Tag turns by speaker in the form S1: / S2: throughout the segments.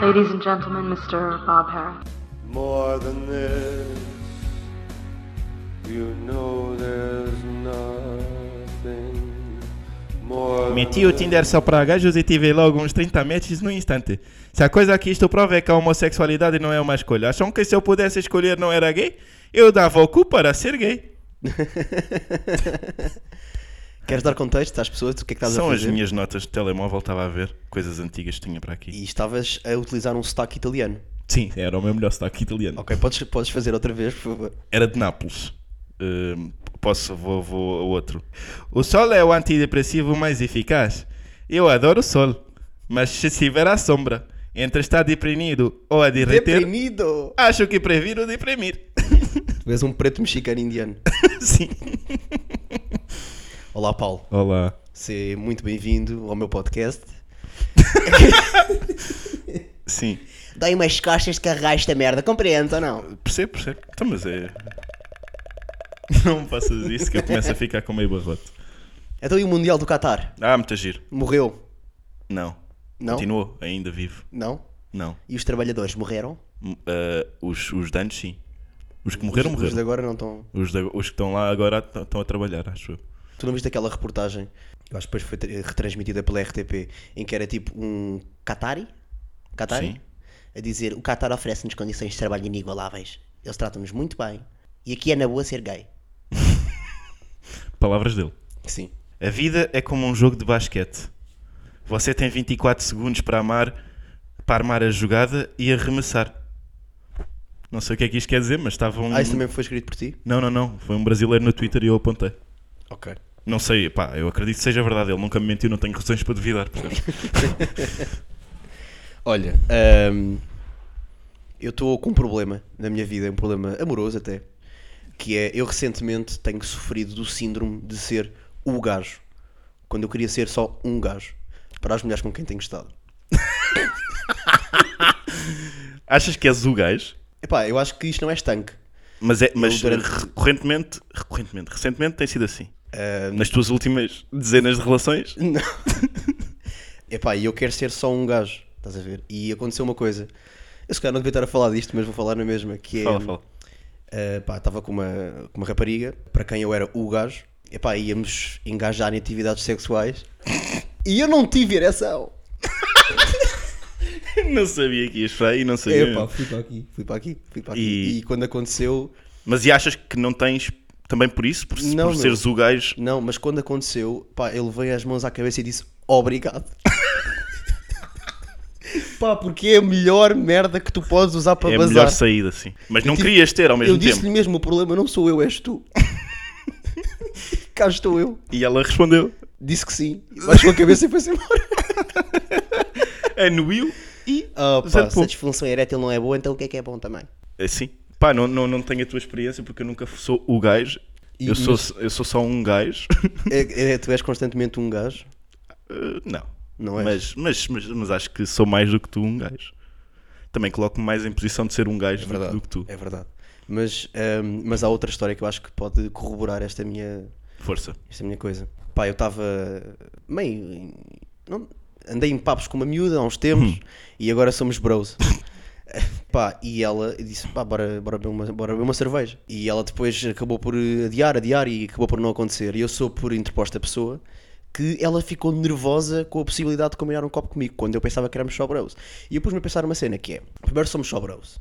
S1: Ladies and gentlemen, Mr. Bob Harris.
S2: More than this, you know there's nothing more.
S3: Meti o Tinder só pra gajos e tive logo uns 30 matches no instante. Se a coisa que isto prova é que a homossexualidade não é uma escolha, acham que se eu pudesse escolher não era gay? Eu dava o cu para ser gay.
S4: Queres dar contexto às pessoas do que é que estás
S3: São
S4: a
S3: as
S4: fazer?
S3: minhas notas de telemóvel, estava a ver coisas antigas que tinha para aqui.
S4: E estavas a utilizar um sotaque italiano.
S3: Sim, era o meu melhor sotaque italiano.
S4: Ok, podes, podes fazer outra vez, por favor.
S3: Era de Nápoles. Hum, posso, vou, vou a outro. O sol é o antidepressivo mais eficaz. Eu adoro o sol, mas se estiver à sombra, entre estar deprimido ou a derreter,
S4: Deprimido!
S3: acho que prefiro deprimir.
S4: Tu és um preto mexicano indiano.
S3: Sim.
S4: Olá, Paulo.
S3: Olá.
S4: Seja muito bem-vindo ao meu podcast.
S3: Sim.
S4: Dá-me umas costas que arraia esta merda, compreendes ou não?
S3: Percebo, percebo. Então, mas é. Não faças isso que eu começo a ficar com meio barrote.
S4: Então e o Mundial do Qatar?
S3: Ah, muito giro.
S4: Morreu?
S3: Não.
S4: Não?
S3: Continuou, ainda vivo.
S4: Não?
S3: Não.
S4: E os trabalhadores morreram?
S3: M- ah, os, os danos, sim. Os que morreram,
S4: Os de
S3: morreram.
S4: agora não estão...
S3: Os, da- os que estão lá agora estão estão a trabalhar, acho eu.
S4: Tu não viste aquela reportagem? Eu acho que depois foi tra- retransmitida pela RTP, em que era tipo um Qatari? Qatari?
S3: Sim.
S4: A dizer, o Qatar oferece-nos condições de trabalho inigualáveis. Eles tratam-nos muito bem. E aqui é na boa ser gay.
S3: Palavras dele.
S4: Sim.
S3: A vida é como um jogo de basquete. Você tem 24 segundos para amar, para armar a jogada e arremessar. Não sei o que é que isto quer dizer, mas estava um.
S4: Ah, isso também foi escrito por ti?
S3: Não, não, não. Foi um brasileiro no Twitter e eu apontei.
S4: Ok.
S3: Não sei, pá, eu acredito que seja verdade. Ele nunca me mentiu, não tenho razões para duvidar. percebes?
S4: Olha, ahm, eu estou com um problema na minha vida, um problema amoroso até, que é eu recentemente tenho sofrido do síndrome de ser o gajo, quando eu queria ser só um gajo, para as mulheres com quem tenho estado.
S3: Achas que és o gajo?
S4: Epá, eu acho que isto não é estanque.
S3: Mas, é, mas
S4: Eu durante-
S3: recorrentemente, recorrentemente, recentemente tem sido assim.
S4: Ah,
S3: Nas tuas últimas dezenas de relações?
S4: Não. Epá, e eu quero ser só um gajo, estás a ver? E aconteceu uma coisa, eu se calhar não devia estar a falar disto, mas vou falar na mesma, que é...
S3: Fala, fala.
S4: Uh, pá, estava com uma, com uma rapariga para quem eu era o gajo, e pá, íamos engajar em atividades sexuais e eu não tive ereção.
S3: Não sabia que ias para aí, não sabia.
S4: Epá, fui para aqui, fui para aqui, fui para aqui.
S3: E-
S4: E, quando aconteceu,
S3: Mas e achas que não tens também por isso? Por,
S4: Não,
S3: por
S4: meu.
S3: seres o gajo?
S4: não, mas quando aconteceu, pá, eu levei as mãos à cabeça e disse obrigado. pá, porque é a melhor merda que tu podes usar para
S3: é a
S4: bazar.
S3: melhor saída, sim. Mas não
S4: tive-
S3: querias ter ao mesmo
S4: eu disse-lhe
S3: tempo.
S4: mesmo: o problema não sou eu, és tu. Cá estou eu.
S3: E ela respondeu:
S4: Disse que sim, baixou a cabeça e foi-se embora.
S3: "É anuiu e. Zero
S4: Oh, pá, se a
S3: ponto.
S4: disfunção erétil não é boa, então o que é que é bom também?
S3: Assim. Pá, não, não, não tenho a tua experiência porque eu nunca sou o gajo.
S4: E-
S3: eu, sou, eu sou só um gajo.
S4: É, é- tu és constantemente um gajo?
S3: Uh, não.
S4: Não
S3: Mas,
S4: és?
S3: mas, mas, mas acho que sou mais do que tu um gajo. Também coloco-me mais em posição de ser um gajo do, que- do que tu.
S4: É verdade. Mas, ahm, mas há outra história que eu acho que pode corroborar esta minha,
S3: Força.
S4: esta é minha coisa. Pá, eu estava meio. em- não- andei em papos com uma miúda há uns tempos e agora somos bros. Pá, e ela disse: pá, bora, bora, beber uma, bora beber uma cerveja. E ela depois acabou por adiar, adiar e acabou por não acontecer. E eu sou por interposta pessoa que ela ficou nervosa com a possibilidade de combinar um copo comigo quando eu pensava que éramos só bros. E eu pus-me a pensar numa cena que é: primeiro somos só bros.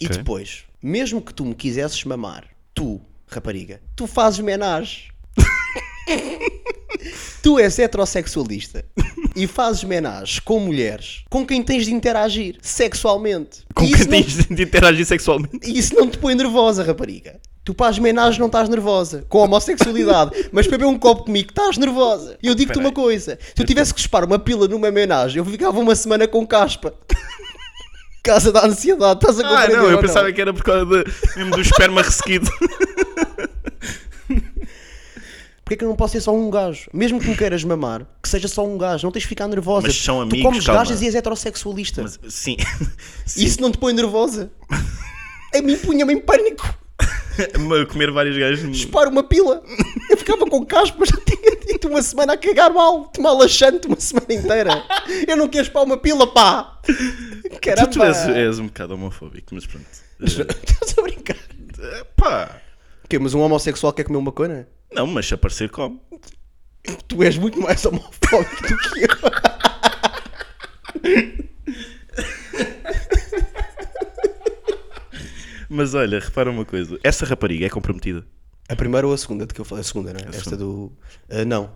S4: E
S3: Ok.
S4: depois, mesmo que tu me quisesses mamar, tu, rapariga, tu fazes menage. Tu és heterossexualista e fazes menage com mulheres com quem tens de interagir sexualmente.
S3: Com
S4: e
S3: quem
S4: isso não-
S3: tens de interagir sexualmente?
S4: e isso não te põe nervosa, rapariga. Tu para as menage não estás nervosa, com a homossexualidade, mas para beber um copo comigo estás nervosa. E eu digo-te uma coisa: se eu tivesse que chupar uma pila numa menage, eu ficava uma semana com caspa. Casa da ansiedade, estás a
S3: Ah,
S4: compreender?
S3: não, eu
S4: ou
S3: pensava que era por causa de, mesmo do esperma ressequido.
S4: Porquê que eu não posso ser só um gajo? Mesmo que me queiras mamar, que seja só um gajo, não tens de ficar nervosa.
S3: Mas são
S4: tu
S3: amigos,
S4: comes
S3: calma.
S4: gajas e és heterossexualista.
S3: Mas, sim. sim.
S4: Isso não te põe nervosa? A mim punha-me em pânico.
S3: Mas é, Comer vários gajos.
S4: Disparo uma pila. Eu ficava com caspa, já tinha dito uma semana a cagar mal, tomar laxante uma semana inteira. Eu não quero chupar uma pila, pá. Caramba!
S3: Tu, tu és, és um bocado homofóbico, mas pronto. Eh,
S4: Estás a brincar?
S3: eh, pá.
S4: Ok, mas um homossexual quer comer uma cona?
S3: Não, mas se aparecer, come.
S4: Tu és muito mais homofóbico do que eu.
S3: Mas olha, repara uma coisa. Essa rapariga é comprometida.
S4: A primeira ou a segunda de que eu falei? A segunda, não é? Esta do. Ah, não.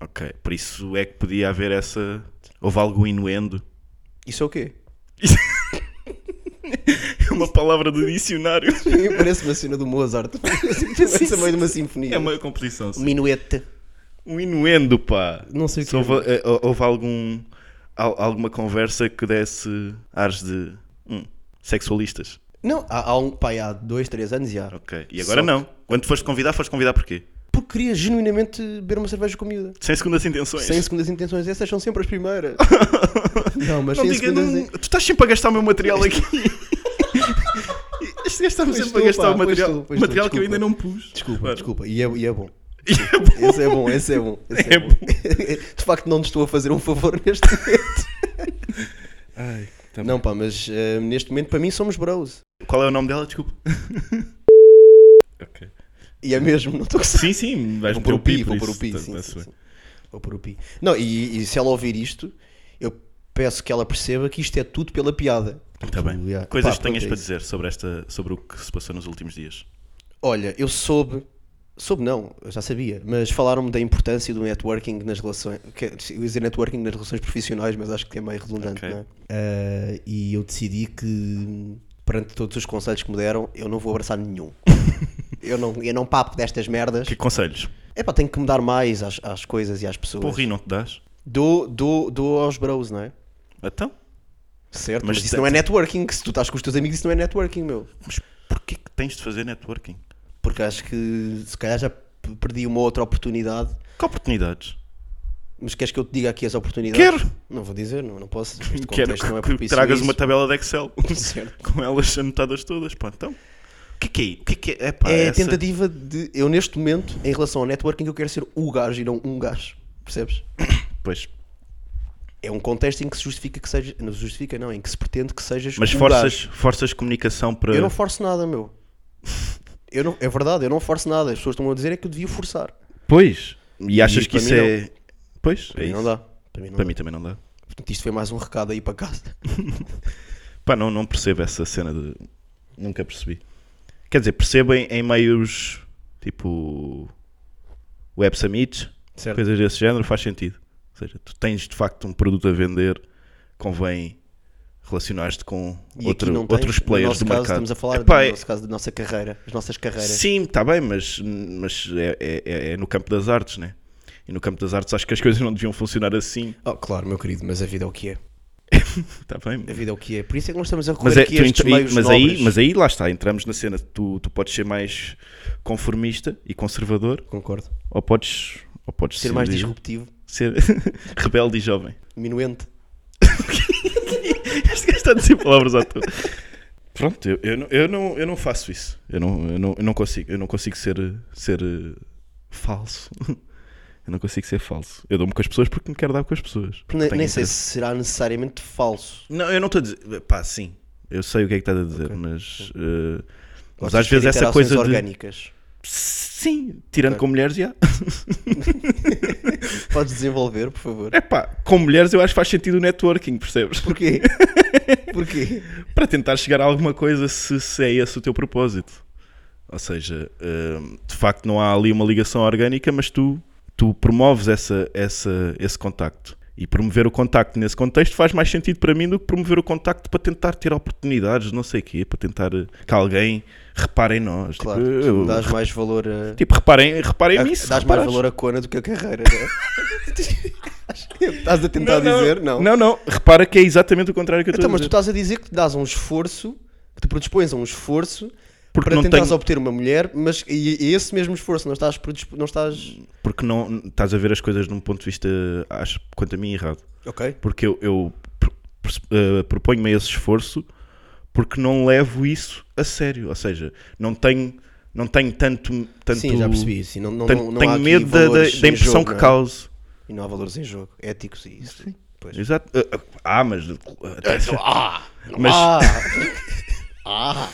S3: Ok. Por isso é que podia haver essa. Houve algum inuendo.
S4: Isso é o quê?
S3: É uma palavra do dicionário.
S4: Parece uma cena do Mozart. Parece a meio de uma sinfonia.
S3: É uma composição. sim.
S4: Minuete.
S3: Um inuendo, pá.
S4: Não sei o
S3: Se
S4: que é.
S3: houve, eh, hou- houve algum, al- alguma conversa que desse ares de hum, sexualistas.
S4: Não, há, há um pai há dois, três anos já.
S3: Ok. E agora
S4: Só-
S3: não. Quando foste convidar, foste convidar porquê?
S4: Porque queria genuinamente beber uma cerveja com miúda.
S3: Sem segundas intenções.
S4: Sem segundas intenções, essas são sempre as primeiras. não, mas
S3: não
S4: sem
S3: diga,
S4: segundas.
S3: não- Tu estás sempre a gastar o meu material aqui. Este gajo está-me
S4: Pois
S3: sempre
S4: tu,
S3: a gastar
S4: pá,
S3: o
S4: pois
S3: material,
S4: tu, pois tu,
S3: material que eu
S4: desculpa.
S3: ainda não pus.
S4: Desculpa,
S3: Claro.
S4: desculpa. E é, e é bom.
S3: E é bom.
S4: Esse é bom, esse é bom. Esse é,
S3: É
S4: bom.
S3: bom.
S4: De facto, não te estou a fazer um favor neste momento. Não, pá, mas eh, neste momento para mim somos bros.
S3: Qual é o nome dela? Desculpa. ok.
S4: E é mesmo, não estou a
S3: Sim, sim, vais meter
S4: Vou pôr
S3: o
S4: o pi,
S3: pi,
S4: vou
S3: por
S4: pôr o
S3: isso.
S4: pi.
S3: tá-
S4: um Sim,
S3: tá-se
S4: sim,
S3: bem.
S4: sim. Vou pôr o pi. Não, e, e se ela ouvir isto, eu peço que ela perceba que isto é tudo pela piada.
S3: Tá bem.
S4: Tudo, yeah.
S3: Coisas
S4: Pá,
S3: que tenhas
S4: pronto, é
S3: para
S4: isso.
S3: dizer sobre, esta, sobre o que se passou nos últimos dias.
S4: Olha, eu soube, soube não, eu já sabia, mas falaram-me da importância do networking nas relações, que- é, eu ia dizer networking nas relações profissionais, mas acho que é meio redundante,
S3: Ok.
S4: não é? Ah, e eu decidi que, perante todos os conselhos que me deram, eu não vou abraçar nenhum. eu, não, eu não papo destas merdas.
S3: Que conselhos?
S4: É pá, tenho que mudar mais às, às coisas e às pessoas.
S3: Porra, e não te dás?
S4: Dou, dou, dou aos bros, não é?
S3: Então?
S4: Certo,
S3: Mas
S4: mas, isso
S3: tem-
S4: não é networking. Se tu estás com os teus amigos, isso não é networking, meu.
S3: Mas porquê que tens de fazer networking?
S4: Porque acho que se calhar já p- perdi uma outra oportunidade.
S3: Que oportunidades?
S4: Mas queres que eu te diga aqui as oportunidades?
S3: Quero!
S4: Não vou dizer, não, não posso. Este
S3: Quero
S4: contexto não é
S3: que
S4: propício a
S3: tragas
S4: isso.
S3: uma tabela de Excel
S4: Certo.
S3: com elas anotadas todas. Pá, então. O que é que é? O que é que é? Epá,
S4: É a
S3: essa-
S4: tentativa de. Eu, neste momento, em relação ao networking, eu quero ser o gajo e não um gajo. Percebes?
S3: Pois.
S4: É um contexto em que se justifica que seja. Não se justifica, não. Em que se pretende que sejas.
S3: Mas
S4: o
S3: forças,
S4: gajo.
S3: forças comunicação para.
S4: Eu não forço nada, meu. Eu não, é verdade, eu não forço nada. As pessoas estão a dizer é que eu devia forçar.
S3: Pois. E achas
S4: E
S3: que
S4: para
S3: isso
S4: mim
S3: é. Pois.
S4: Para
S3: é
S4: mim
S3: isso.
S4: não dá. Para mim não
S3: Para
S4: dá.
S3: mim também não dá.
S4: Portanto, isto foi mais um recado aí para casa.
S3: Pá, não, não percebo essa cena de. Nunca percebi. Quer dizer, percebo em, em meios tipo. Web Summit,
S4: Certo.
S3: coisas desse género, faz sentido. Ou seja, tu tens de facto um produto a vender, convém relacionar-te com
S4: E
S3: outro-
S4: aqui não tens,
S3: outros players
S4: no
S3: do
S4: nosso caso,
S3: mercado.
S4: estamos a falar
S3: Epá, é-
S4: do nosso caso da nossa carreira, as nossas carreiras.
S3: Sim, está bem, mas, mas é, é- é- é no campo das artes, né? E no campo das artes acho que as coisas não deviam funcionar assim.
S4: Oh, claro, meu querido, mas a vida é o que é.
S3: Está bem.
S4: A vida é o que é. Por isso é que nós estamos a recorrer
S3: Mas, é,
S4: aqui
S3: tu
S4: a estes
S3: entra- e-
S4: meios
S3: mas aí,
S4: nobres.
S3: mas aí lá está, entramos na cena. Tu, tu podes ser mais conformista e conservador,
S4: Concordo.
S3: ou podes, ou podes
S4: Ser mais
S3: de-
S4: disruptivo,
S3: ser rebelde e jovem.
S4: minuente.
S3: Este gajo está a dizer palavras à toa. Pronto, eu, eu, não- eu, não, eu não faço isso. Eu não, eu não, eu não consigo, eu não consigo ser, ser eh, falso. Eu não consigo ser falso. Eu dou-me com as pessoas porque me quero dar com as pessoas.
S4: Ne-
S3: Tenho
S4: Nem sei se
S3: interesse.
S4: será necessariamente falso.
S3: Não, eu não estou a dizer. Pá, sim. Eu sei o que é que estás a dizer, mas. eh, mas
S4: Gostas
S3: às
S4: de ter
S3: vezes essa
S4: interações
S3: coisa de.
S4: orgânicas.
S3: Sim, tirando com mulheres, já.
S4: Podes desenvolver, por favor.
S3: É pá, com mulheres eu acho que faz sentido o networking, percebes?
S4: Porquê? Porquê?
S3: Para tentar chegar a alguma coisa se, se é esse o teu propósito. Ou seja, hum, de facto não há ali uma ligação orgânica, mas tu, tu promoves essa, essa, esse contacto. E promover o contacto nesse contexto faz mais sentido para mim do que promover o contacto para tentar ter oportunidades, não sei o quê, para tentar eh, que alguém repare em nós.
S4: Claro,
S3: tipo, eu-
S4: tu dás mais valor a...
S3: tipo, reparem, reparem
S4: a-
S3: nisso.
S4: dás mais
S3: reparaste?
S4: valor à cona do que a carreira, não é? Estás a tentar dizer? Não.
S3: não, não, repara que é exatamente o contrário que eu estou
S4: Então,
S3: a
S4: mas tu
S3: dizer.
S4: estás a dizer que te dás um esforço, que te predispões a um esforço
S3: Porque
S4: para
S3: não
S4: tentares
S3: tenho-
S4: obter uma mulher, mas e, e esse mesmo esforço não estás predisp... não estás.
S3: Porque não estás a ver as coisas de um ponto de vista, acho, quanto a mim, errado.
S4: Ok.
S3: Porque eu, eu pr- pr- eh, proponho-me esse esforço porque não levo isso a sério. Ou seja, não tenho, não tenho tanto. tanto
S4: Sim, já percebi. Sim, não, não,
S3: tanto-
S4: não, não há
S3: tenho
S4: aqui
S3: medo da, da,
S4: valores
S3: da
S4: em é?
S3: impressão
S4: jogo,
S3: que
S4: não é?
S3: causo.
S4: E não há valores em jogo, éticos e isso. Pois.
S3: Exato. Uh, uh, Ah, mas. uh, atenção.
S4: Ah!
S3: Mas-
S4: Ah! ah!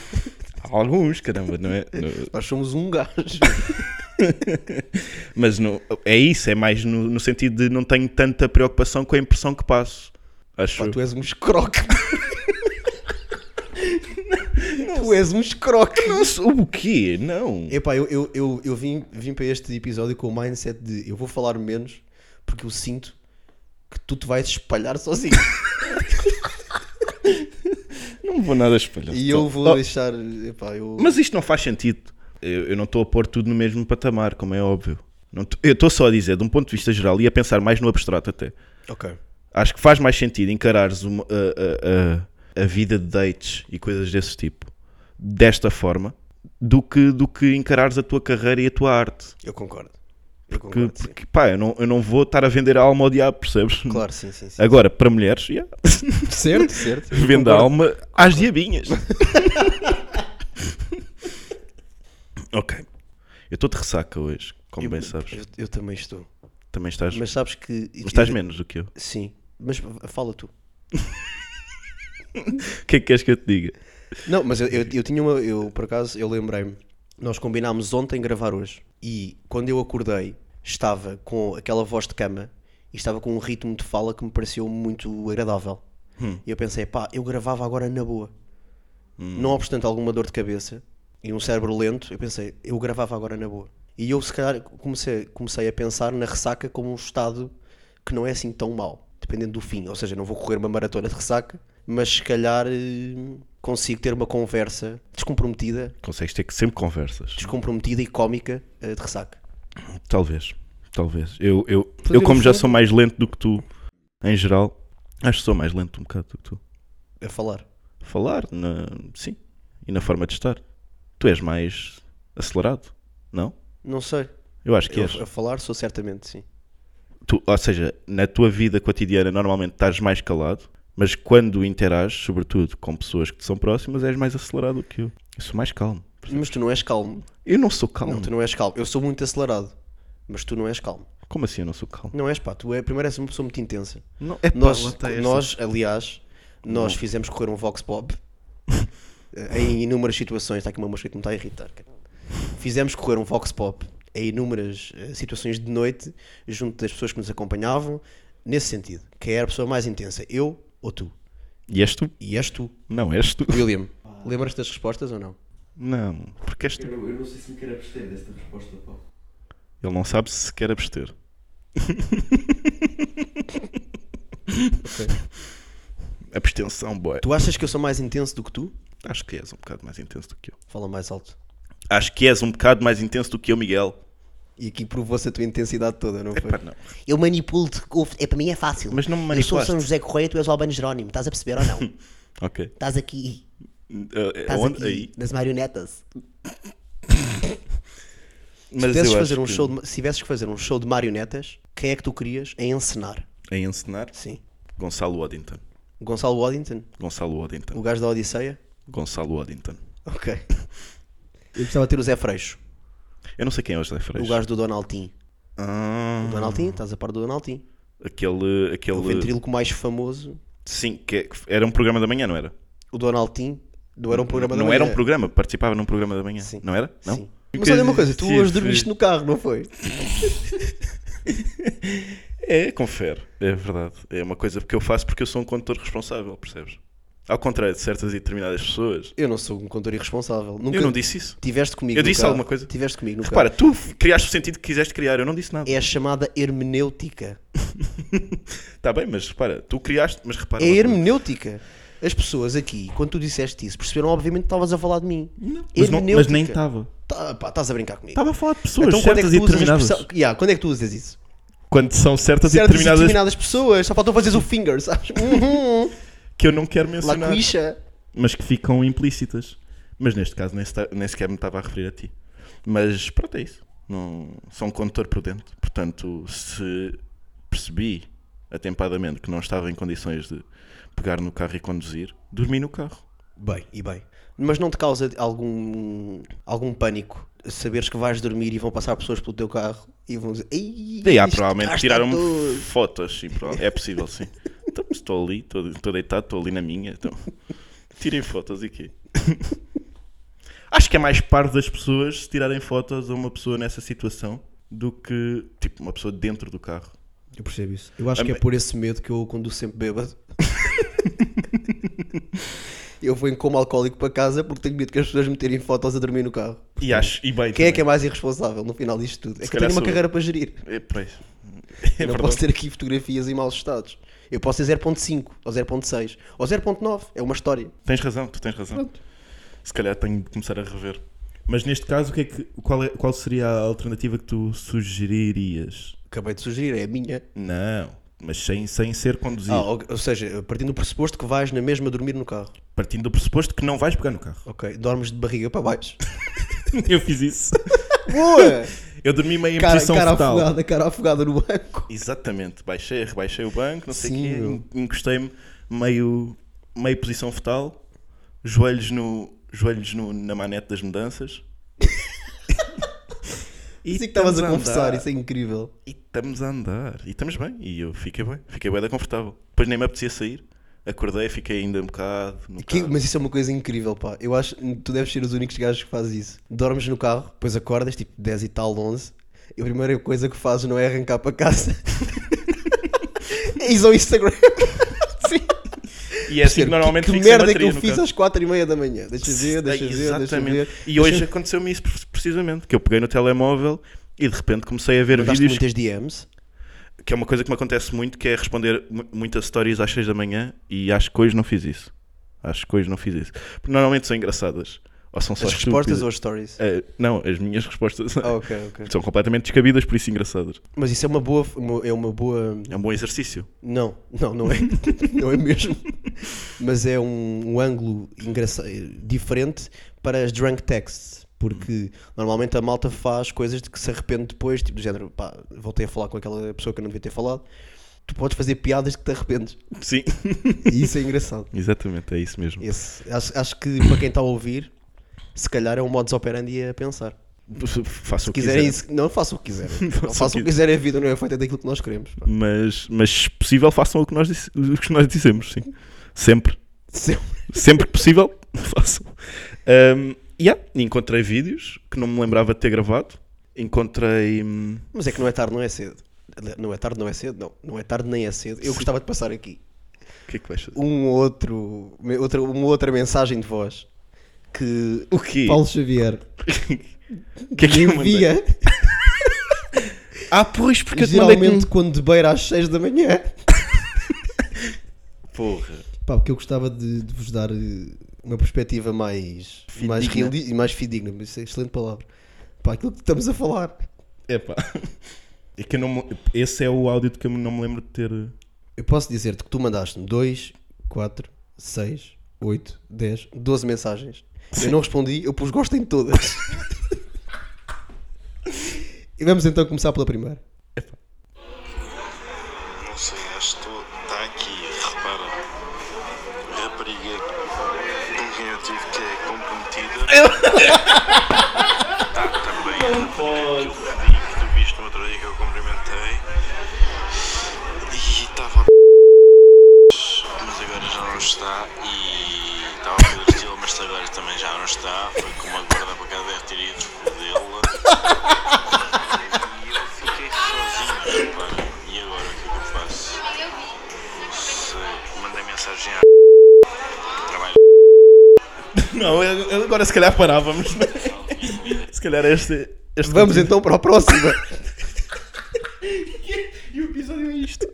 S3: Há alguns, caramba, não é? No-
S4: Nós somos um gajo.
S3: mas no, é isso, é mais no, no sentido de não tenho tanta preocupação com a impressão que passo. Acho.
S4: Pá, tu és um escroque. tu és um escroque.
S3: Não sou- o quê? Não.
S4: Epá, eu, eu, eu, eu vim, vim para este episódio com o mindset de eu vou falar menos porque eu sinto que tu te vais espalhar sozinho.
S3: Não vou nada espalhar.
S4: e eu vou
S3: Oh,
S4: deixar. Epá, eu...
S3: Mas isto não faz sentido. Eu, eu não estou a pôr tudo no mesmo patamar, como é óbvio. Não t- eu estou só a dizer, de um ponto de vista geral, e a pensar mais no abstrato até.
S4: Ok.
S3: Acho que faz mais sentido encarares uma- a, a- a- a vida de dates e coisas desse tipo desta forma do que, do que encarares a tua carreira e a tua arte.
S4: Eu concordo. Eu
S3: Que-
S4: concordo, sim.
S3: porque, pá, eu não, eu não vou estar a vender a alma ao diabo, percebes?
S4: Claro, sim, sim, sim.
S3: Agora, para mulheres, yeah,
S4: Certo, certo. Eu
S3: vendo a
S4: concordo.
S3: alma às diabinhas. ok. Eu estou de ressaca hoje, como bem sabes.
S4: Eu, eu também estou.
S3: Também estás. Mas,
S4: Mas sabes que.
S3: estás menos do que eu. O
S4: Sim. Mas eh, fala tu.
S3: que é que queres que eu te diga?
S4: Não, mas eu, eu, eu tinha uma. Eu, por acaso, eu lembrei-me. Nós combinámos ontem gravar hoje. E quando eu acordei, estava com aquela voz de cama e estava com um ritmo de fala que me pareceu muito agradável. E eu pensei, pá, eu gravava agora na boa. Não obstante alguma dor de cabeça e um cérebro lento, eu pensei, eu gravava agora na boa. E eu, se calhar, comecei, comecei a pensar na ressaca como um estado que não é assim tão mau, dependendo do fim. Ou seja, não vou correr uma maratona de ressaca, mas se calhar eh, consigo ter uma conversa descomprometida,
S3: Consegues ter que sempre conversas.
S4: descomprometida e cómica eh, de ressaca.
S3: Talvez, talvez. Eu, eu, eu
S4: Fazer
S3: como já
S4: isso.
S3: sou mais lento do que tu, em geral, acho que sou mais lento um bocado do que tu.
S4: A falar.
S3: Falar, na- sim. E na forma de estar. Tu és mais acelerado, não?
S4: Não sei.
S3: Eu acho que
S4: Eu-
S3: és.
S4: a falar sou certamente, sim.
S3: Tu- ou seja, na tua vida cotidiana normalmente estás mais calado, mas quando interages, sobretudo com pessoas que te são próximas, és mais acelerado do que eu. Eu sou mais calmo.
S4: Mas tu não és calmo.
S3: Eu não sou calmo.
S4: Não, tu não és calmo. Eu sou muito acelerado, mas tu não és calmo.
S3: Como assim eu não sou calmo?
S4: Não és pá, tu é, primeiro és uma pessoa muito intensa.
S3: Não, é
S4: Nós, nós aliás, nós fizemos correr um Vox Pop eh, em inúmeras situações. Está aqui uma mosca que me está a irritar. cara. Fizemos correr um Vox Pop em inúmeras eh, situações de noite, junto das pessoas que nos acompanhavam, nesse sentido. Quem era a pessoa mais intensa, eu ou tu?
S3: E és tu?
S4: E és tu,
S3: Não, és tu.
S4: William. Lembras-te das respostas ou não?
S3: Não, porque és tu.
S5: Eu, eu não sei se me quero abster desta resposta, pá.
S3: Ele não sabe se se quer abster. Abstenção, boy.
S4: Tu achas que eu sou mais intenso do que tu?
S3: Acho que és um bocado mais intenso do que eu.
S4: Fala mais alto.
S3: Acho que és um bocado mais intenso do que eu, Miguel.
S4: E aqui provou-se a tua intensidade toda, não foi?
S3: Epá, não.
S6: Eu manipulo-te. ouve, É, para mim é fácil.
S3: Mas não me
S6: Eu sou o
S3: manipulaste.
S6: São José Correia, tu és o Albano Jerónimo. Estás a perceber ou não?
S3: Ok.
S6: Estás aqui.
S3: Uh,
S6: Estás
S3: onde?
S6: aqui
S3: Aí.
S6: nas marionetas.
S4: Se
S3: Mas
S4: tivesses
S3: eu
S4: fazer
S3: acho
S4: um
S3: que
S4: show de- se tivesses que fazer um show de marionetas, quem é que tu querias a encenar?
S3: Em encenar,
S4: Sim.
S3: Gonçalo Waddington.
S4: Gonçalo Waddington,
S3: Gonçalo
S4: o
S3: Waddington.
S4: gajo da Odisseia?
S3: Gonçalo Waddington.
S4: Ok. Eu gostava de ter o Zé Freixo,
S3: Eu não sei quem é o José
S4: o
S3: Freixo.
S4: gajo do Donald Tim.
S3: Ah,
S4: Donald Tim, estás a par do Donald Tim.
S3: aquele.
S4: É O
S3: aquele...
S4: ventríloco mais famoso,
S3: Sim, que é- era um programa da manhã, não era?
S4: o Donald Tim, não era um programa da
S3: não
S4: manhã.
S3: era um programa, participava num programa da manhã.
S4: Sim.
S3: Não era? Não?
S4: Sim. Mas olha uma coisa, tu
S3: Sim,
S4: hoje
S3: sim.
S4: dormiste no carro, não foi?
S3: É, confere, é verdade. É uma coisa que eu faço porque eu sou um condutor responsável, percebes? Ao contrário de certas e determinadas pessoas.
S4: Eu não sou um condutor irresponsável. Nunca
S3: Eu não disse isso.
S4: Tiveste comigo
S3: Eu
S4: no
S3: disse
S4: carro.
S3: alguma coisa?
S4: Tiveste comigo no
S3: Repara,
S4: carro.
S3: tu f- criaste o sentido que quiseste criar, eu não disse nada.
S4: É a chamada hermenêutica.
S3: Está Tá bem, mas repara, tu criaste, mas repara.
S4: É
S3: uma coisa.
S4: hermenêutica. As pessoas aqui, quando tu disseste isso, perceberam obviamente que estavas a falar de mim.
S3: mas, não- mas nem
S4: Hermenêutica.
S3: estava.
S4: Tá, pá, estás a brincar comigo.
S3: Estava a falar de pessoas
S4: então quando é
S3: certas
S4: que
S3: e
S4: tu usas a
S3: determinadas.
S4: expressão... Yeah, quando é que tu usas isso?
S3: Quando são certas,
S4: Certas
S3: e determinadas
S4: determinadas pessoas, só faltam fazeres o finger, sabes? Uhum,
S3: que eu não quero
S4: La
S3: mencionar,
S4: cuixa.
S3: mas que ficam implícitas. Mas neste caso nem, esta- nem sequer me estava a referir a ti. Mas pronto, é isso. Não, sou um condutor prudente. Portanto, se percebi atempadamente que não estava em condições de pegar no carro e conduzir, dormi no carro.
S4: Bem, e bem. Mas não te causa algum, algum pânico saberes que vais dormir e vão passar pessoas pelo teu carro e vão dizer. Ei,
S3: Daí há
S4: este
S3: provavelmente
S4: gajo está
S3: tiraram-me
S4: todo."
S3: fotos. Sim, prova- é possível, sim. Então estou ali, estou, estou deitado, estou ali na minha. Então, tirem fotos e quê? Acho que é mais parvo das pessoas se tirarem fotos a uma pessoa nessa situação do que, tipo, uma pessoa dentro do carro.
S4: Eu percebo isso. Eu acho que é por esse medo que eu conduzo sempre bêbado. eu vou em coma alcoólico para casa porque tenho medo que as pessoas me tirem fotos a dormir no carro.
S3: E acho, e bem.
S4: Quem é que é mais irresponsável no final disto tudo? É
S3: Se
S4: que eu
S3: calhar
S4: tenho
S3: sou
S4: uma
S3: eu.
S4: carreira para gerir.
S3: É, pois. É
S4: Eu não
S3: verdade.
S4: posso ter aqui fotografias em maus estados. Eu posso ter 0.5 ou 0.6 ou 0.9. É uma história.
S3: Tens razão, tu tens razão. Se calhar tenho de começar a rever. Mas neste caso, o que é que, qual, é- qual seria a alternativa que tu sugeririas?
S4: Acabei de sugerir, é a minha.
S3: Não, mas sem, sem ser conduzido.
S4: Ah, ou, ou seja, partindo do pressuposto que vais na mesma dormir no carro.
S3: Partindo do pressuposto que não vais pegar no carro.
S4: Ok, dormes de barriga para baixo.
S3: Eu fiz isso.
S4: Boa!
S3: Eu dormi meio em
S4: cara,
S3: posição
S4: cara
S3: fetal.
S4: afogada, cara afogada no banco.
S3: Exatamente. Baixei, rebaixei o banco, não sei o
S4: Sim,
S3: quê.
S4: meu.
S3: en- Encostei-me meio, meio posição fetal, joelhos, no, joelhos no, na manete das mudanças. e
S4: Isso é que estavas a
S3: estamos
S4: confessar,
S3: andar.
S4: isso é incrível.
S3: E estamos a andar. E estamos bem. E eu fiquei bem. Fiquei bem da confortável. Depois nem me apetecia sair. Acordei, fiquei ainda um bocado. No
S4: Que-
S3: carro.
S4: mas isso é uma coisa incrível, pá. Eu acho que tu deves ser os únicos gajos que fazes isso. Dormes no carro, depois acordas, tipo 10 e tal, 11. E a primeira coisa que fazes não é arrancar para casa. Eis ao Instagram. Sim.
S3: E é assim que normalmente
S4: que, que
S3: fico sem
S4: merda é que
S3: bateria
S4: eu
S3: no
S4: fiz
S3: carro.
S4: às 4 e meia da manhã. Deixa ver, deixa
S3: É,
S4: ver, deixa
S3: exatamente.
S4: ver.
S3: E hoje aconteceu-me isso pre- precisamente, que eu peguei no telemóvel e de repente comecei a ver
S4: mandaste
S3: vídeos,
S4: muitas DMs. um
S3: que é uma coisa que me acontece muito, que é responder mu- muitas stories às 6 da manhã e acho que hoje não fiz isso. Acho que hoje não fiz isso. Porque normalmente são engraçadas. Ou são só
S4: As respostas
S3: estúpidas.
S4: ou as stories?
S3: Eh, não, as minhas respostas
S4: Ah, ok, ok.
S3: são completamente descabidas, por isso engraçadas.
S4: Mas isso é uma boa. uma- é uma boa.
S3: É um bom exercício.
S4: Não, não, não é. não é mesmo. Mas é um, um ângulo engraça- diferente para as drunk texts. Porque normalmente a malta faz coisas de que se arrepende depois, tipo do género, pá, voltei a falar com aquela pessoa que eu não devia ter falado. Tu podes fazer piadas de que te arrependes.
S3: Sim,
S4: E isso é engraçado.
S3: exatamente, é isso mesmo.
S4: Esse- acho, acho que para quem está a ouvir, se calhar é um modus operandi a pensar.
S3: F- Faço
S4: Se
S3: o que quiser.
S4: quiserem, isso, não façam o que quiserem.
S3: Façam o
S4: Não façam o que quiserem, a vida não é feita daquilo que nós queremos. pá.
S3: Mas, mas se possível, façam o que nós, disse- o que nós dissemos, sim. Sempre.
S4: Sempre.
S3: sempre que possível, faço. Um, yeah, encontrei vídeos que não me lembrava de ter gravado. Encontrei. hum,
S4: Mas é que não é tarde, não é cedo. Não é tarde, não é cedo, não. Não é tarde nem é cedo. Eu gostava de passar aqui
S3: O que é que vais fazer?
S4: um outro, me- outra, uma outra mensagem de voz que
S3: O quê?
S4: Paulo Xavier
S3: O que é que eu mandei?
S4: envia
S3: Ah, pois, porque eu te mandei.
S4: geralmente
S3: Com...
S4: quando beira às 6 da manhã.
S3: Porra.
S4: Pá, porque eu gostava de, de vos dar eh, uma perspectiva mais
S3: Fidedigna.
S4: mais, reali- mais fidedigna, mas isso é excelente palavra. Pá, aquilo que estamos a falar.
S3: Epá. É que eu não me- Esse é o áudio de que eu não me lembro de ter. eh,
S4: Eu posso dizer-te que tu mandaste-me 2, 4, 6, 8, 10, 12 mensagens. Eu não respondi, eu pus gosto em todas. e vamos então começar pela primeira.
S7: Não sei, acho que estou. Está aqui, repara. Rapariga com quem eu tive que é comprometida. Está também a rapariga que eu pedi, que tu viste no outro dia que eu cumprimentei. E estava a. Mas agora já não está. E estava a fazer estilo, mas agora também já não está. Foi com uma guarda para cada vez tiridos, fodeu-la. E eu fiquei sozinho, repara. E agora o que é que eu faço? Se mandei mensagem à. Trabalho.
S3: Não, eu- eu agora se calhar parávamos. se calhar este. este
S4: Vamos então para a próxima.
S3: E o episódio é isto.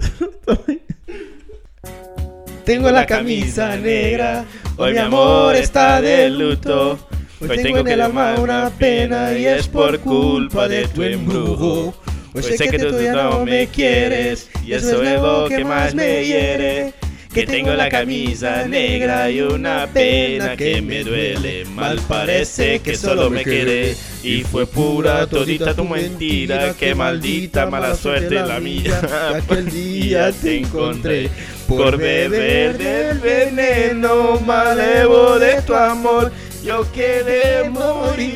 S4: Tenho
S3: la camisa negra, hoy mi amor está de luto. Hoy tengo en la mano una pena y es por culpa de tu embrujo. Hoy sé que tú ya no me quieres y eso es lo que más me hiere. Que tengo la camisa negra y una pena que me duele. Mal parece que solo me quedé y fue pura todita tu mentira. Qué maldita mala suerte la mía. Aquel día te encontré por beber del veneno malevo de tu amor. Yo quedé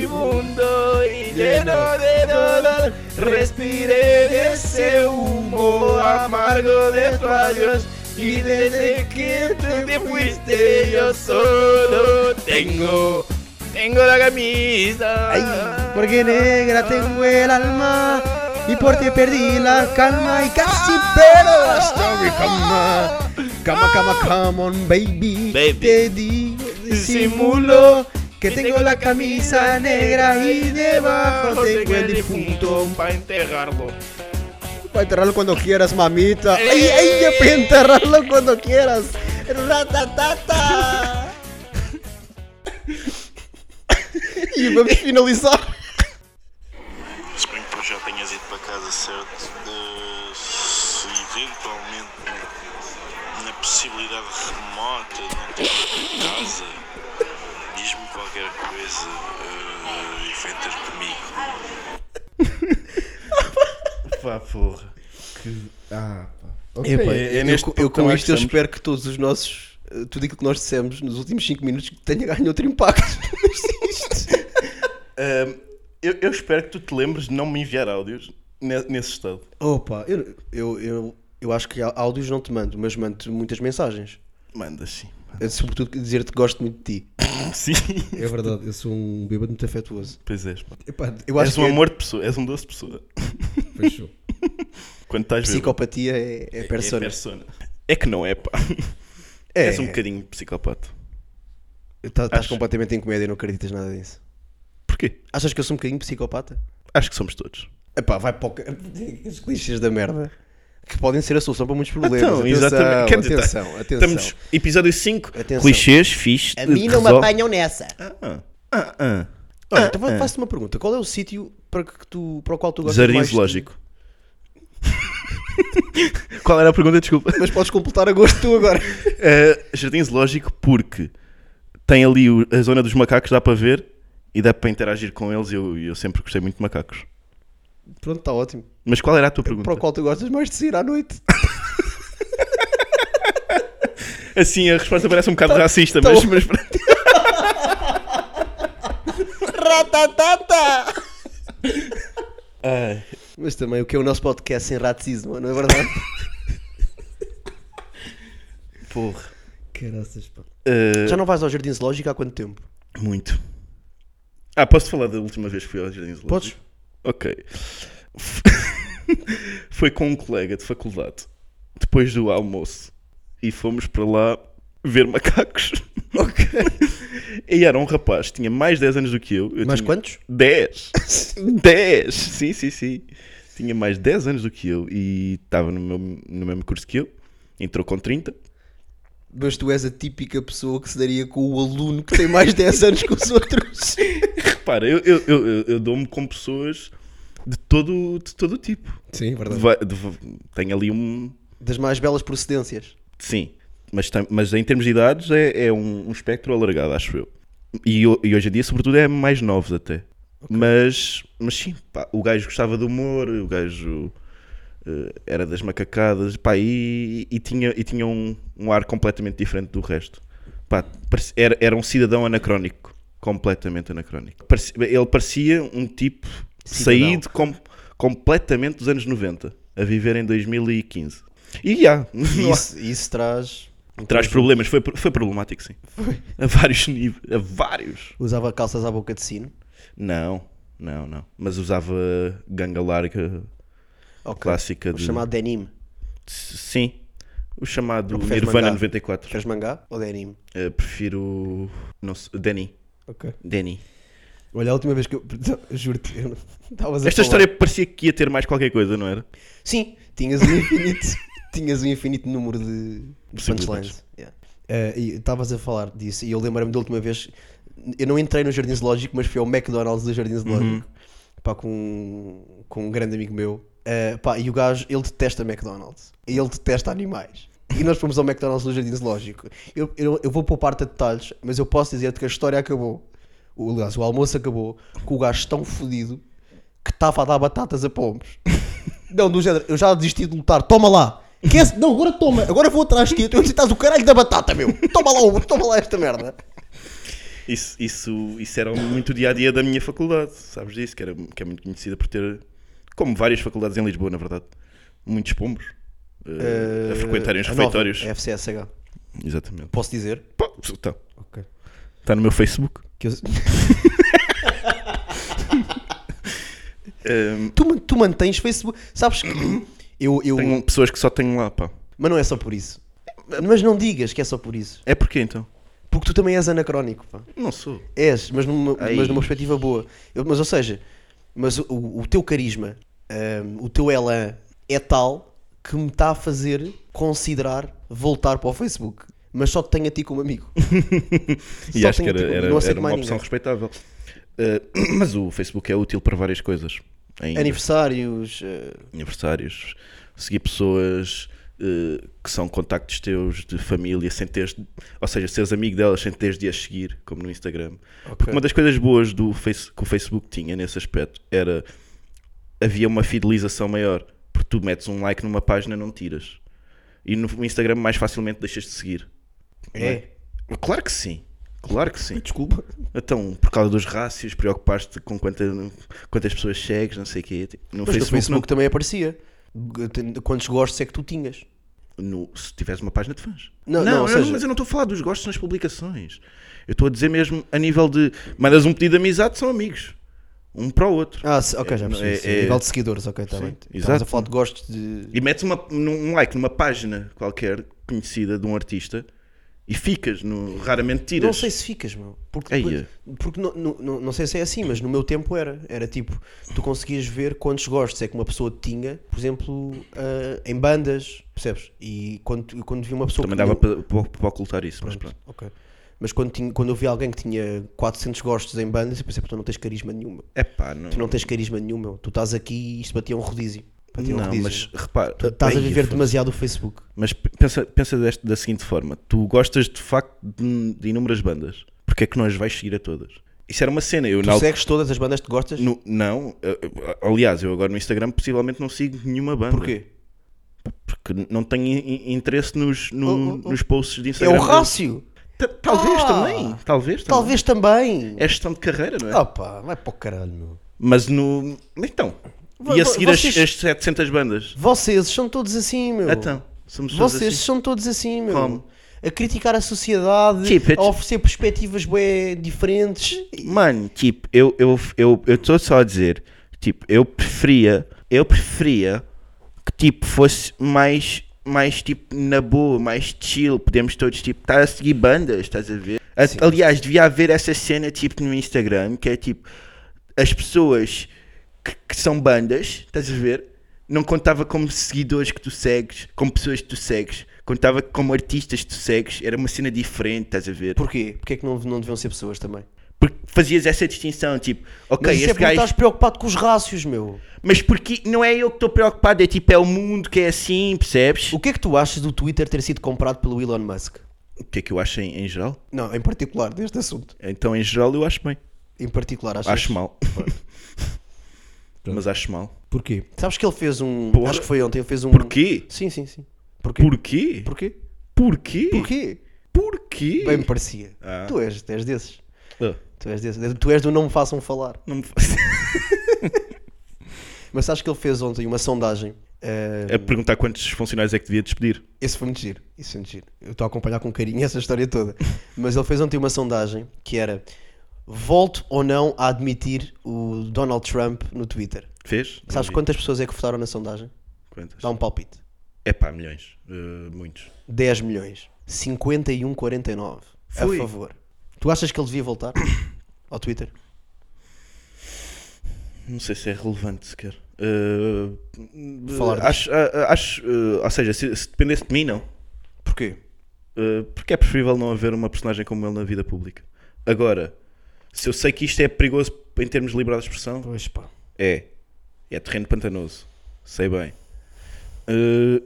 S3: moribundo y lleno de dolor. Respiré ese humo amargo de tu adiós. Y desde que te fuiste yo solo tengo, tengo la camisa.
S4: Ay, porque negra tengo el alma y por ti perdí la calma y casi pero hasta mi cama. Cama, cama, come on, baby.
S3: Baby.
S4: Te di, disimulo que tengo la camisa negra y debajo tengo el difunto.
S3: para enterrarlo.
S4: Para enterrarlo cuando quieras, mamita. Ay, ay, ya para enterrarlo cuando quieras. Ratatata. e vamos finalizar.
S7: Espero que já tenhas ido para casa certo. Eh, se eventualmente, na possibilidade remota de não ter ido para casa, diz-me qualquer coisa eh, e vem ter comigo.
S4: então.
S3: Pá, porra. Que- Ah, pá. Ok,
S4: Epá,
S3: é- é
S4: eu,
S3: neste
S4: co- eu
S3: patamar
S4: com
S3: que
S4: isto eu
S3: estamos.
S4: espero que todos os nossos eh, tudo aquilo que nós dissemos nos últimos 5 minutos que tenha ganho outro impacto.
S3: Ahm, eu, eu espero que tu te lembres de não me enviar áudios ne- nesse estado.
S4: Opa, eu, eu, eu, eu acho que á- áudios não te mando, mas mando muitas mensagens.
S3: Manda sim. manda
S4: Eh, Sobretudo que dizer-te que gosto muito de ti.
S3: Sim.
S4: É verdade, eu sou um bêbado muito afetuoso.
S3: Pois és, pá.
S4: Epá, eu acho
S3: És
S4: que
S3: um
S4: é-
S3: amor de pessoa, és um doce de pessoa.
S4: Pois sou.
S3: Quando estás bêbado.
S4: Psicopatia é, é
S3: É
S4: persona.
S3: persona. É que não é, pá.
S4: É,
S3: És um bocadinho psicopata.
S4: tá- Estás
S3: acho.
S4: completamente em comédia e não acreditas nada disso.
S3: Porquê?
S4: Achas que eu sou um bocadinho psicopata?
S3: Acho que somos todos.
S4: Epá, vai para o... ca- Os clichês da merda. Que podem ser a solução para muitos problemas.
S3: Então,
S4: atenção,
S3: exatamente. Quer dizer, tá-
S4: atenção, atenção.
S3: Estamos, episódio 5,
S4: Atenção.
S3: clichês, fixe.
S6: A mim não me
S3: resolve.
S6: apanham nessa.
S3: Ah, ah, ah.
S4: Olha,
S3: Ah,
S4: então
S3: ah.
S4: faço-te uma pergunta. Qual é o sítio para, que tu, para o qual tu gostas
S3: Jardim
S4: mais? de-
S3: zoológico. Qual era a pergunta? Desculpa.
S4: Mas podes completar a gosto tu agora.
S3: Uh, jardim zoológico porque tem ali o- a zona dos macacos, dá para ver e dá para interagir com eles. Eu, eu sempre gostei muito de macacos.
S4: Pronto, está ótimo.
S3: Mas qual era a tua pergunta?
S4: Para o qual tu gostas mais de sair à noite?
S3: Assim, a resposta parece um bocado racista,
S4: tá
S3: mas,
S4: bom.
S3: mas pronto.
S4: Ratatata!
S3: Ai,
S4: Mas também o que é o nosso podcast sem racismo, não é verdade?
S3: porra.
S4: Caraças, pá.
S3: Uh,
S4: Já não vais ao Jardim Zoológico há quanto tempo?
S3: Muito. Ah, posso falar da última vez que fui ao Jardim Zoológico?
S4: Podes?
S3: Ok. F- Foi com um colega de faculdade, depois do almoço, e fomos para lá ver macacos. Ok. e era um rapaz, tinha mais 10 anos do que eu. eu
S4: Mais
S3: tinha-
S4: quantos?
S3: 10! 10! Sim, sim, sim. Tinha mais 10 anos do que eu e estava no, meu, no mesmo curso que eu. Entrou com 30.
S4: Mas tu és a típica pessoa que se daria com o aluno que tem mais 10 anos que os outros.
S3: Repara, eu, eu, eu, eu- eu dou-me com pessoas de todo, de todo tipo.
S4: Sim,
S3: Va- de va- Tem ali um.
S4: Das mais belas procedências.
S3: Sim, mas, tem- mas em termos de idades é, é um, um espectro alargado, acho eu. E, ho- e hoje em dia, sobretudo, é mais novos até. Mas, mas sim, pá, o gajo gostava do humor, o gajo eh, era das macacadas, pá, e, e tinha, e tinha um, um ar completamente diferente do resto. Pá, parece- era, era um cidadão anacrónico, completamente anacrónico. Parecia- ele parecia um tipo
S4: Cidadão.
S3: saído com- completamente dos anos 90, a viver em 2015. E já,
S4: E
S3: não há-
S4: isso, isso traz. Uhum.
S3: Traz problemas, foi, foi problemático, sim. A vários níveis, a vários.
S4: Usava calças à boca de sino.
S3: Não, não, não. Mas usava ganga larga
S4: Ok.
S3: clássica
S4: O
S3: de.
S4: chamado denim.
S3: Sim. O chamado
S4: Eu prefiro
S3: Nirvana
S4: mangá.
S3: 94.
S4: Queres mangá ou denim?
S3: Eh, prefiro. Não sei, Danny.
S4: Ok.
S3: Danny.
S4: Olha, a última vez que eu. Juro-te. eu não- Estavas a
S3: Esta
S4: falar.
S3: história parecia que ia ter mais qualquer coisa, não era?
S4: Sim, tinhas um infinito. tinhas um infinito número de, de punchlines. Yeah. Eh, e estavas a falar disso. E eu lembro-me da última vez. Eu não entrei no Jardim Zoológico, mas fui ao McDonald's do Jardim Zoológico. Pá, com, com um grande amigo meu. Eh, pá, e o gajo, ele detesta McDonald's. E ele detesta animais. E nós fomos ao McDonald's do Jardim Zoológico. Eu, eu, eu vou poupar-te a detalhes, mas eu posso dizer-te que a história acabou. O, aliás, o almoço acabou com o gajo tão fodido que estava a dar batatas a pombos. Não, do género, eu já desisti de lutar, toma lá. Que esse- Não, agora toma, agora vou atrás de ti. Tu estás o caralho da batata, meu. Toma lá, o- toma lá esta merda.
S3: Isso, isso, isso era muito dia a dia da minha faculdade, sabes disso? Que, era, que é muito conhecida por ter, como várias faculdades em Lisboa, na verdade, muitos pombos. eh,
S4: Eh,
S3: a frequentarem os
S4: a nova,
S3: refeitórios.
S4: a FCSH.
S3: Exatamente. então.
S4: Posso dizer?
S3: Pá, Está
S4: Ok.
S3: Está Tá no meu Facebook.
S4: Que eu-
S3: Ehm,
S4: tu, man- tu mantens Facebook. Sabes que eu. eu
S3: tenho um- pessoas que só tenho lá, pá.
S4: Mas não é só por isso. Mas não digas que é só por isso.
S3: É porquê então?
S4: Porque tu também és anacrónico, pá.
S3: Não sou.
S4: És, É mas numa,
S3: Ai.
S4: mas numa perspectiva boa. Eu- mas ou seja, mas o, o- o teu carisma, hum, o teu elan é tal que me está a fazer considerar voltar para o Facebook. Mas só te tenho a ti como amigo.
S3: E
S4: Só
S3: acho que
S4: tenho
S3: era,
S4: tipo-
S3: era-
S4: não aceito
S3: era uma
S4: mais
S3: opção
S4: ninguém.
S3: respeitável. Eh, mas o Facebook é útil para várias coisas. Ainda.
S4: Aniversários. eh,
S3: Aniversários. Seguir pessoas eh, que são contactos teus de família, sem teres, ou seja, seres amigo delas sem teres de as seguir, como no Instagram. Porque uma das coisas boas do face, que o Facebook tinha nesse aspecto era havia uma fidelização maior. Porque tu metes um like numa página não tiras. E no Instagram mais facilmente deixas de seguir. não
S4: é.
S3: Claro que sim. Claro que sim.
S4: Desculpa.
S3: Então, por causa dos rácios, preocupaste-te com quanta- quantas pessoas segues, não sei o quê. Tipo, No
S4: Mas no
S3: Facebook,
S4: Facebook também aparecia. G- Quantos gostos é que tu tinhas?
S3: não- no- se tiveres uma página de fãs.
S4: Não, não, ou seja-
S3: mas eu não estou a falar dos gostos nas publicações. Eu estou a dizer mesmo a nível de. Mandas um pedido de amizade, são amigos. Um para o outro.
S4: Ah, se- ok,
S3: É,
S4: já percebi.
S3: é-
S4: sim.
S3: é-
S4: Nível de seguidores, ok, está
S3: Sim,
S4: bem. Estamos
S3: exato.
S4: a falar de gostos de.
S3: E metes uma, num- um like numa página qualquer conhecida de um artista e ficas, no, raramente tiras.
S4: Não sei se ficas, meu. Porque,
S3: Aí,
S4: depois- porque não, não- não, não sei se é assim, mas no meu tempo era. Era tipo, tu conseguias ver quantos gostos é que uma pessoa tinha, por exemplo, ah, em bandas, percebes? E quando, e quando vi uma pessoa
S3: Também
S4: que.
S3: dava
S4: tinha-
S3: para, para- para ocultar isso, mas pronto.
S4: Ok. Mas quando, tinha, quando eu vi alguém que tinha 400 gostos em bandas, eu pensei, "Pô, tu não tens carisma nenhum, meu.
S3: É pá, não.
S4: Tu não tens carisma nenhum, meu. Tu estás aqui e isto batia um rodízio. Batia um
S3: Não,
S4: rodízio.
S3: mas repara.
S4: Tu estás a
S3: Ai,
S4: viver
S3: foda-se.
S4: demasiado o Facebook.
S3: Mas p- pensa, pensa deste- da seguinte forma: tu gostas de facto de, de inúmeras bandas, porque é que não as vais seguir a todas? Isso era uma cena. Eu,
S4: Tu
S3: na al-
S4: segues todas as bandas que gostas?
S3: no- não, eh, eh, aliás, eu agora no Instagram possivelmente não sigo nenhuma banda.
S4: Porquê?
S3: Porque n- não tenho in- in- interesse nos, no-
S4: Oh, oh, oh.
S3: nos posts de
S4: É
S3: Instagram.
S4: o rácio!
S3: Ta- Talvez
S4: Ah!
S3: também. Talvez também.
S4: Talvez também.
S3: É gestão de carreira, não é?
S4: Opa, vai para o caralho, meu.
S3: Mas no. Então.
S4: Vo-
S3: E a
S4: vo-
S3: seguir as-
S4: vocês-
S3: as, 700 bandas.
S4: Vocês são todos assim, meu.
S3: Então. Somos todos
S4: Vocês
S3: assim.
S4: são todos assim, meu.
S3: Como? Tipo,
S4: A criticar a sociedade,
S3: Sim, pet-
S4: a oferecer perspectivas bem diferentes.
S3: Mano, tipo, eu eu eu eu tô só a dizer, tipo, eu preferia, eu preferia que tipo fosse mais mais tipo na boa, mais chill, podemos todos tipo estar a seguir bandas, estás a ver? A- aliás, devia haver essa cena tipo no Instagram, que é tipo as pessoas que, que são bandas, estás a ver? Não contava como seguidores que tu segues, como pessoas que tu segues, contava como artistas que tu segues, era uma cena diferente, estás a ver?
S4: Porquê? Porquê é que não, não deviam ser pessoas também?
S3: Porque fazias essa distinção, tipo, ok,
S4: Mas isso é
S3: este
S4: porque
S3: gajo.
S4: estás preocupado com os rácios, meu.
S3: Mas porque não é eu que estou preocupado, é tipo, é o mundo que é assim, percebes?
S4: O que é que tu achas do Twitter ter sido comprado pelo Elon Musk?
S3: O que é que eu acho em, em geral?
S4: Não, em particular, deste assunto.
S3: Então, em geral, eu acho bem.
S4: Em particular, achas?
S3: Acho mal. Mas acho mal.
S4: Porquê? Sabes que ele fez um.
S3: Porra.
S4: Acho que foi ontem, ele fez um.
S3: Porquê?
S4: Sim, sim, sim. Porquê?
S3: Porquê?
S4: Porquê?
S3: Porquê?
S4: Porquê?
S3: Porquê?
S4: Bem me parecia.
S3: Ah.
S4: Tu és, tu és desses.
S3: Ah,
S4: Tu és, desse, tu és do não me façam falar.
S3: não me faças-
S4: Mas sabes que ele fez ontem uma sondagem. eh,
S3: A É perguntar quantos funcionários é que devia despedir.
S4: Esse foi muito giro. Isso foi muito giro. Eu estou a acompanhar com carinho essa história toda. Mas ele fez ontem uma sondagem que era: volto ou não a admitir o Donald Trump no Twitter?
S3: Fez? Não
S4: Sabes
S3: vi.
S4: quantas pessoas é que votaram na sondagem?
S3: quantas?
S4: Dá um palpite:
S3: É pá, milhões. Uh, muitos.
S4: 10 milhões. 51,49
S3: Fui.
S4: a favor. Tu achas que ele devia voltar ao Twitter?
S3: Não sei se é relevante sequer. Uh,
S4: Falar
S3: acho, ah, ah, acho uh, ou seja, se, se dependesse de mim, não.
S4: Porquê?
S3: Uh, porque é preferível não haver uma personagem como ele na vida pública. Agora, se eu sei que isto é perigoso em termos de liberdade de expressão,
S4: Pois pá.
S3: é. É terreno pantanoso. Sei bem. Uh,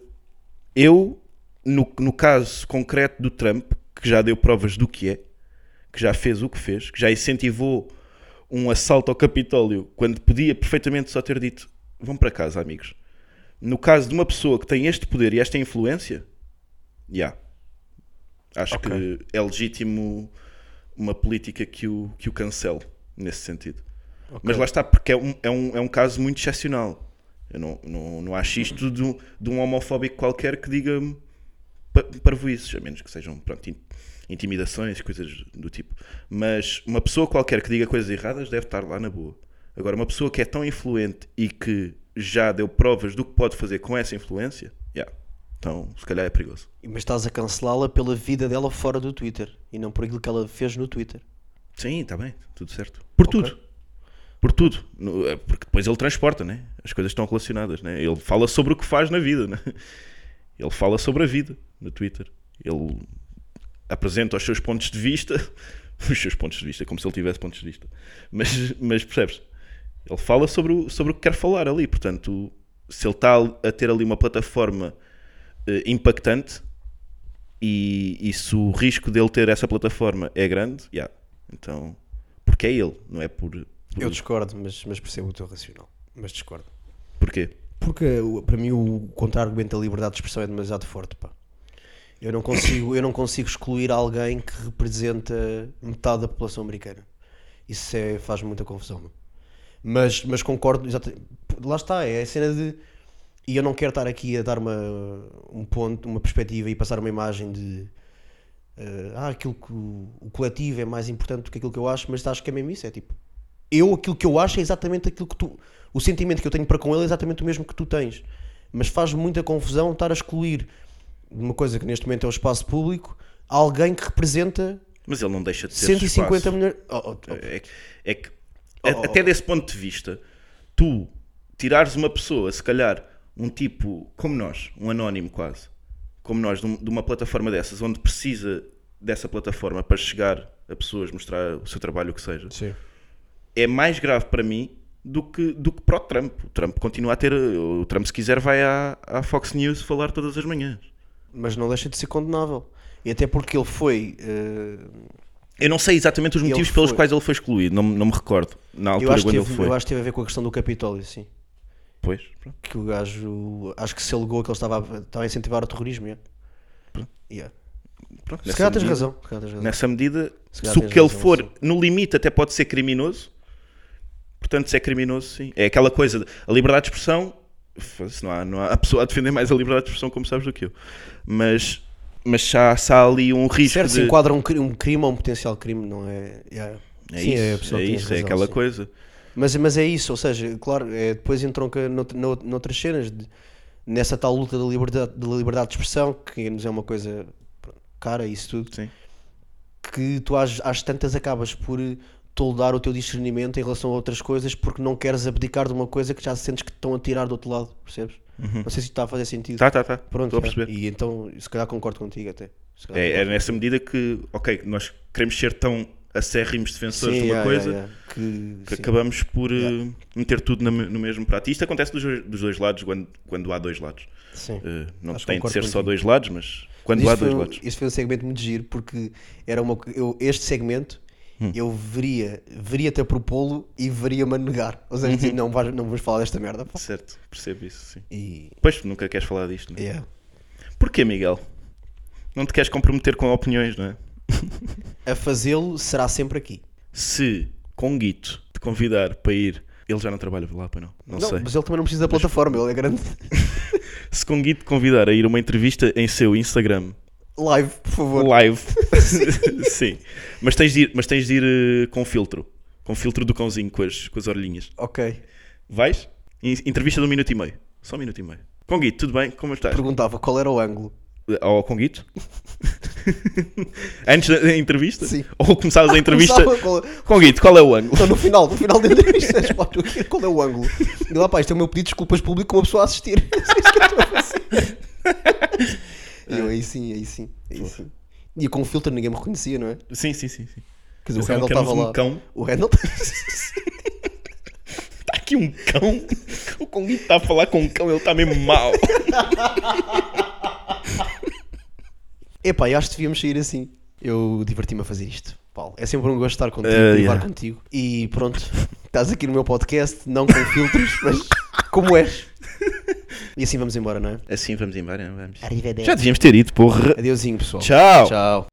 S3: eu, no, no caso concreto do Trump, que já deu provas do que é, que já fez o que fez, que já incentivou um assalto ao Capitólio quando podia perfeitamente só ter dito: vão para casa, amigos. No caso de uma pessoa que tem este poder e esta influência, já. Acho que é legítimo uma política que o, que o cancele, nesse sentido. Mas lá está, porque é um, é um, é um caso muito excepcional. Eu não, não, não acho isto de um, de um homofóbico qualquer que diga-me pa- parvoíces, a menos que sejam pronto, in- intimidações, coisas do tipo. Mas uma pessoa qualquer que diga coisas erradas deve estar lá na boa. Agora, uma pessoa que é tão influente e que já deu provas do que pode fazer com essa influência, yeah, então se calhar é perigoso.
S4: Mas estás a cancelá-la pela vida dela fora do Twitter e não por aquilo que ela fez no Twitter.
S3: Sim, está bem, tudo certo. Por tudo. Por tudo. No- é Porque depois ele transporta, né? As coisas estão relacionadas, né? Ele fala sobre o que faz na vida, né? Ele fala sobre a vida no Twitter. Ele apresenta os seus pontos de vista, os seus pontos de vista, como se ele tivesse pontos de vista. Mas, mas percebes? Ele fala sobre o, sobre o que quer falar ali. Portanto, se ele está a ter ali uma plataforma eh, impactante, e, e se o risco dele ter essa plataforma é grande, yeah. então, porque é ele, não é por. por
S4: Eu discordo, mas, mas percebo o teu racional. Mas discordo.
S3: Porquê?
S4: Porque o- para mim o contra-argumento da liberdade de expressão é demasiado forte, pá. Eu não consigo, eu não consigo excluir alguém que representa metade da população americana. Isso é- faz muita confusão. meu. Mas, mas concordo, exatamente. Lá está, é a cena de. E eu não quero estar aqui a dar uma, um ponto, uma perspectiva e passar uma imagem de. eh, ah, aquilo que o, o coletivo é mais importante do que aquilo que eu acho, mas acho que é mesmo isso. É tipo, eu aquilo que eu acho é exatamente aquilo que tu. O sentimento que eu tenho para com ele é exatamente o mesmo que tu tens. Mas faz muita confusão estar a excluir de uma coisa que neste momento é o espaço público alguém que representa
S3: Mas ele não deixa de ter
S4: 150
S3: espaço.
S4: milhões. Oh, oh, oh.
S3: É que, é que- a- até desse ponto de vista, tu tirares uma pessoa, se calhar um tipo como nós, um anónimo quase, como nós, de, um- de uma plataforma dessas, onde precisa dessa plataforma para chegar a pessoas, mostrar o seu trabalho, o que seja, é mais grave para mim do que, do que para o Trump. O Trump continua a ter. O Trump, se quiser, vai à, à Fox News falar todas as manhãs.
S4: Mas não deixa de ser condenável. E até porque ele foi. eh,
S3: Eu não sei exatamente os motivos pelos
S4: foi.
S3: quais ele foi excluído, não, me- não me recordo. Na
S4: eu,
S3: altura,
S4: acho que
S3: quando ele
S4: teve,
S3: foi.
S4: eu acho que teve a ver com a questão do Capitólio, sim.
S3: Pois, pronto.
S4: Que o gajo. Acho que se alegou que ele estava a, estava a incentivar o terrorismo. yeah. Yeah.
S3: pronto,
S4: Se
S3: nessa
S4: calhar tens
S3: medida-
S4: razão. Se calhar tens razão.
S3: Nessa medida,
S4: Se
S3: se,
S4: calhar
S3: o
S4: tens
S3: que ele
S4: razão,
S3: for,
S4: sim.
S3: no limite, até pode ser criminoso. Portanto, se é criminoso, sim. É aquela coisa, de- a liberdade de expressão. foda-se, Não há, não há a pessoa a defender mais a liberdade de expressão, como sabes, do que eu. Mas, mas se há, se há ali um risco.
S4: Certo, se
S3: de...
S4: enquadra um, cri- um crime ou um potencial crime, não é? yeah.
S3: É
S4: Sim, a
S3: isso,
S4: pessoa
S3: é,
S4: tem
S3: isso, é
S4: razão,
S3: aquela
S4: sim.
S3: coisa.
S4: Mas, mas é isso, ou seja, claro, é, depois entronca nout- nout- noutras cenas, de- nessa tal luta da liberdade, da liberdade de expressão, que nos é uma coisa pronto, cara, isso tudo,
S3: Sim.
S4: que tu às, às tantas acabas por toldar o teu discernimento em relação a outras coisas porque não queres abdicar de uma coisa que já sentes que te estão a tirar do outro lado, percebes? Não sei se isto está a fazer sentido.
S3: Uhum. Tá, tá, tá.
S4: Pronto,
S3: Estou a
S4: já.
S3: perceber.
S4: e então, se calhar concordo contigo até. Se calhar
S3: É, é
S4: concordo.
S3: nessa medida que, ok, nós queremos ser tão acérrimos defensores
S4: Sim,
S3: de uma
S4: yeah,
S3: coisa
S4: yeah, yeah. Que,
S3: que
S4: sim.
S3: acabamos por eh, meter tudo na me- no mesmo prato. E isto acontece dos, dois- dos dois lados quando, quando há dois lados.
S4: Sim.
S3: Eh, não
S4: Acho que
S3: tem de
S4: concordo
S3: ser só
S4: contigo.
S3: dois lados, mas quando
S4: Mas
S3: há
S4: isto
S3: dois
S4: foi um-
S3: lados.
S4: Este foi um segmento muito giro porque era uma, co- eu, este segmento
S3: Hum.
S4: eu veria, veria-te a propô-lo e veria-me a negar. Ou seja, dizer, não, vais- não vamos falar desta merda. pá.
S3: Certo, percebo isso, sim.
S4: E
S3: Pois, nunca queres falar disto, não é?
S4: yeah.
S3: Porquê, Miguel? Não te queres comprometer com opiniões, não é?
S4: a fazê-lo será sempre aqui.
S3: Se com Guito te convidar para ir, ele já não trabalha lá, para não? Não, sei.
S4: mas ele também não precisa da plataforma, ele é grande.
S3: Se com Guito te convidar a ir a uma entrevista em seu Instagram
S4: Live, por favor.
S3: live. Sim. Mas tens de ir, mas tens de ir eh, com filtro. Com filtro do cãozinho, com as, com as orelhinhas.
S4: Ok.
S3: Vais? In- Entrevista de um minuto e meio. Só um minuto e meio. Com Guito, tudo bem? Como estás?
S4: Perguntava qual era o ângulo.
S3: Ou com Guito? Antes da da entrevista?
S4: Sim.
S3: Ou começavas a entrevista?
S4: Começava qual-
S3: Com Guito, qual é o ângulo?
S4: Então, no final, no final da entrevista, és pá, tu, qual é o ângulo? E lá, pá, isto é o meu pedido de desculpas público com uma pessoa a assistir. É isso que eu estou a fazer. E eu, aí sim, aí sim, aí sim. E com o filtro ninguém me reconhecia, não é?
S3: Sim, sim, sim. sim.
S4: Quer dizer, o
S3: Mas é um
S4: Randall
S3: cão,
S4: estava
S3: um
S4: lá.
S3: cão.
S4: O Randall. tá-
S3: Está aqui um cão. O com Guito está a falar com um cão, ele está mesmo mal.
S4: Epá, eu acho que devíamos sair assim. Eu diverti-me a fazer isto. Paulo, é sempre um gosto estar contigo,
S3: Eh,
S4: privar
S3: yeah.
S4: contigo. E pronto, estás aqui no meu podcast, não com filtros, mas como és. E assim vamos embora, não é?
S3: Assim vamos embora, não vamos.
S6: Arrivederci.
S3: Já devíamos ter ido, porra.
S4: Adeusinho, pessoal.
S3: Tchau.
S4: Tchau.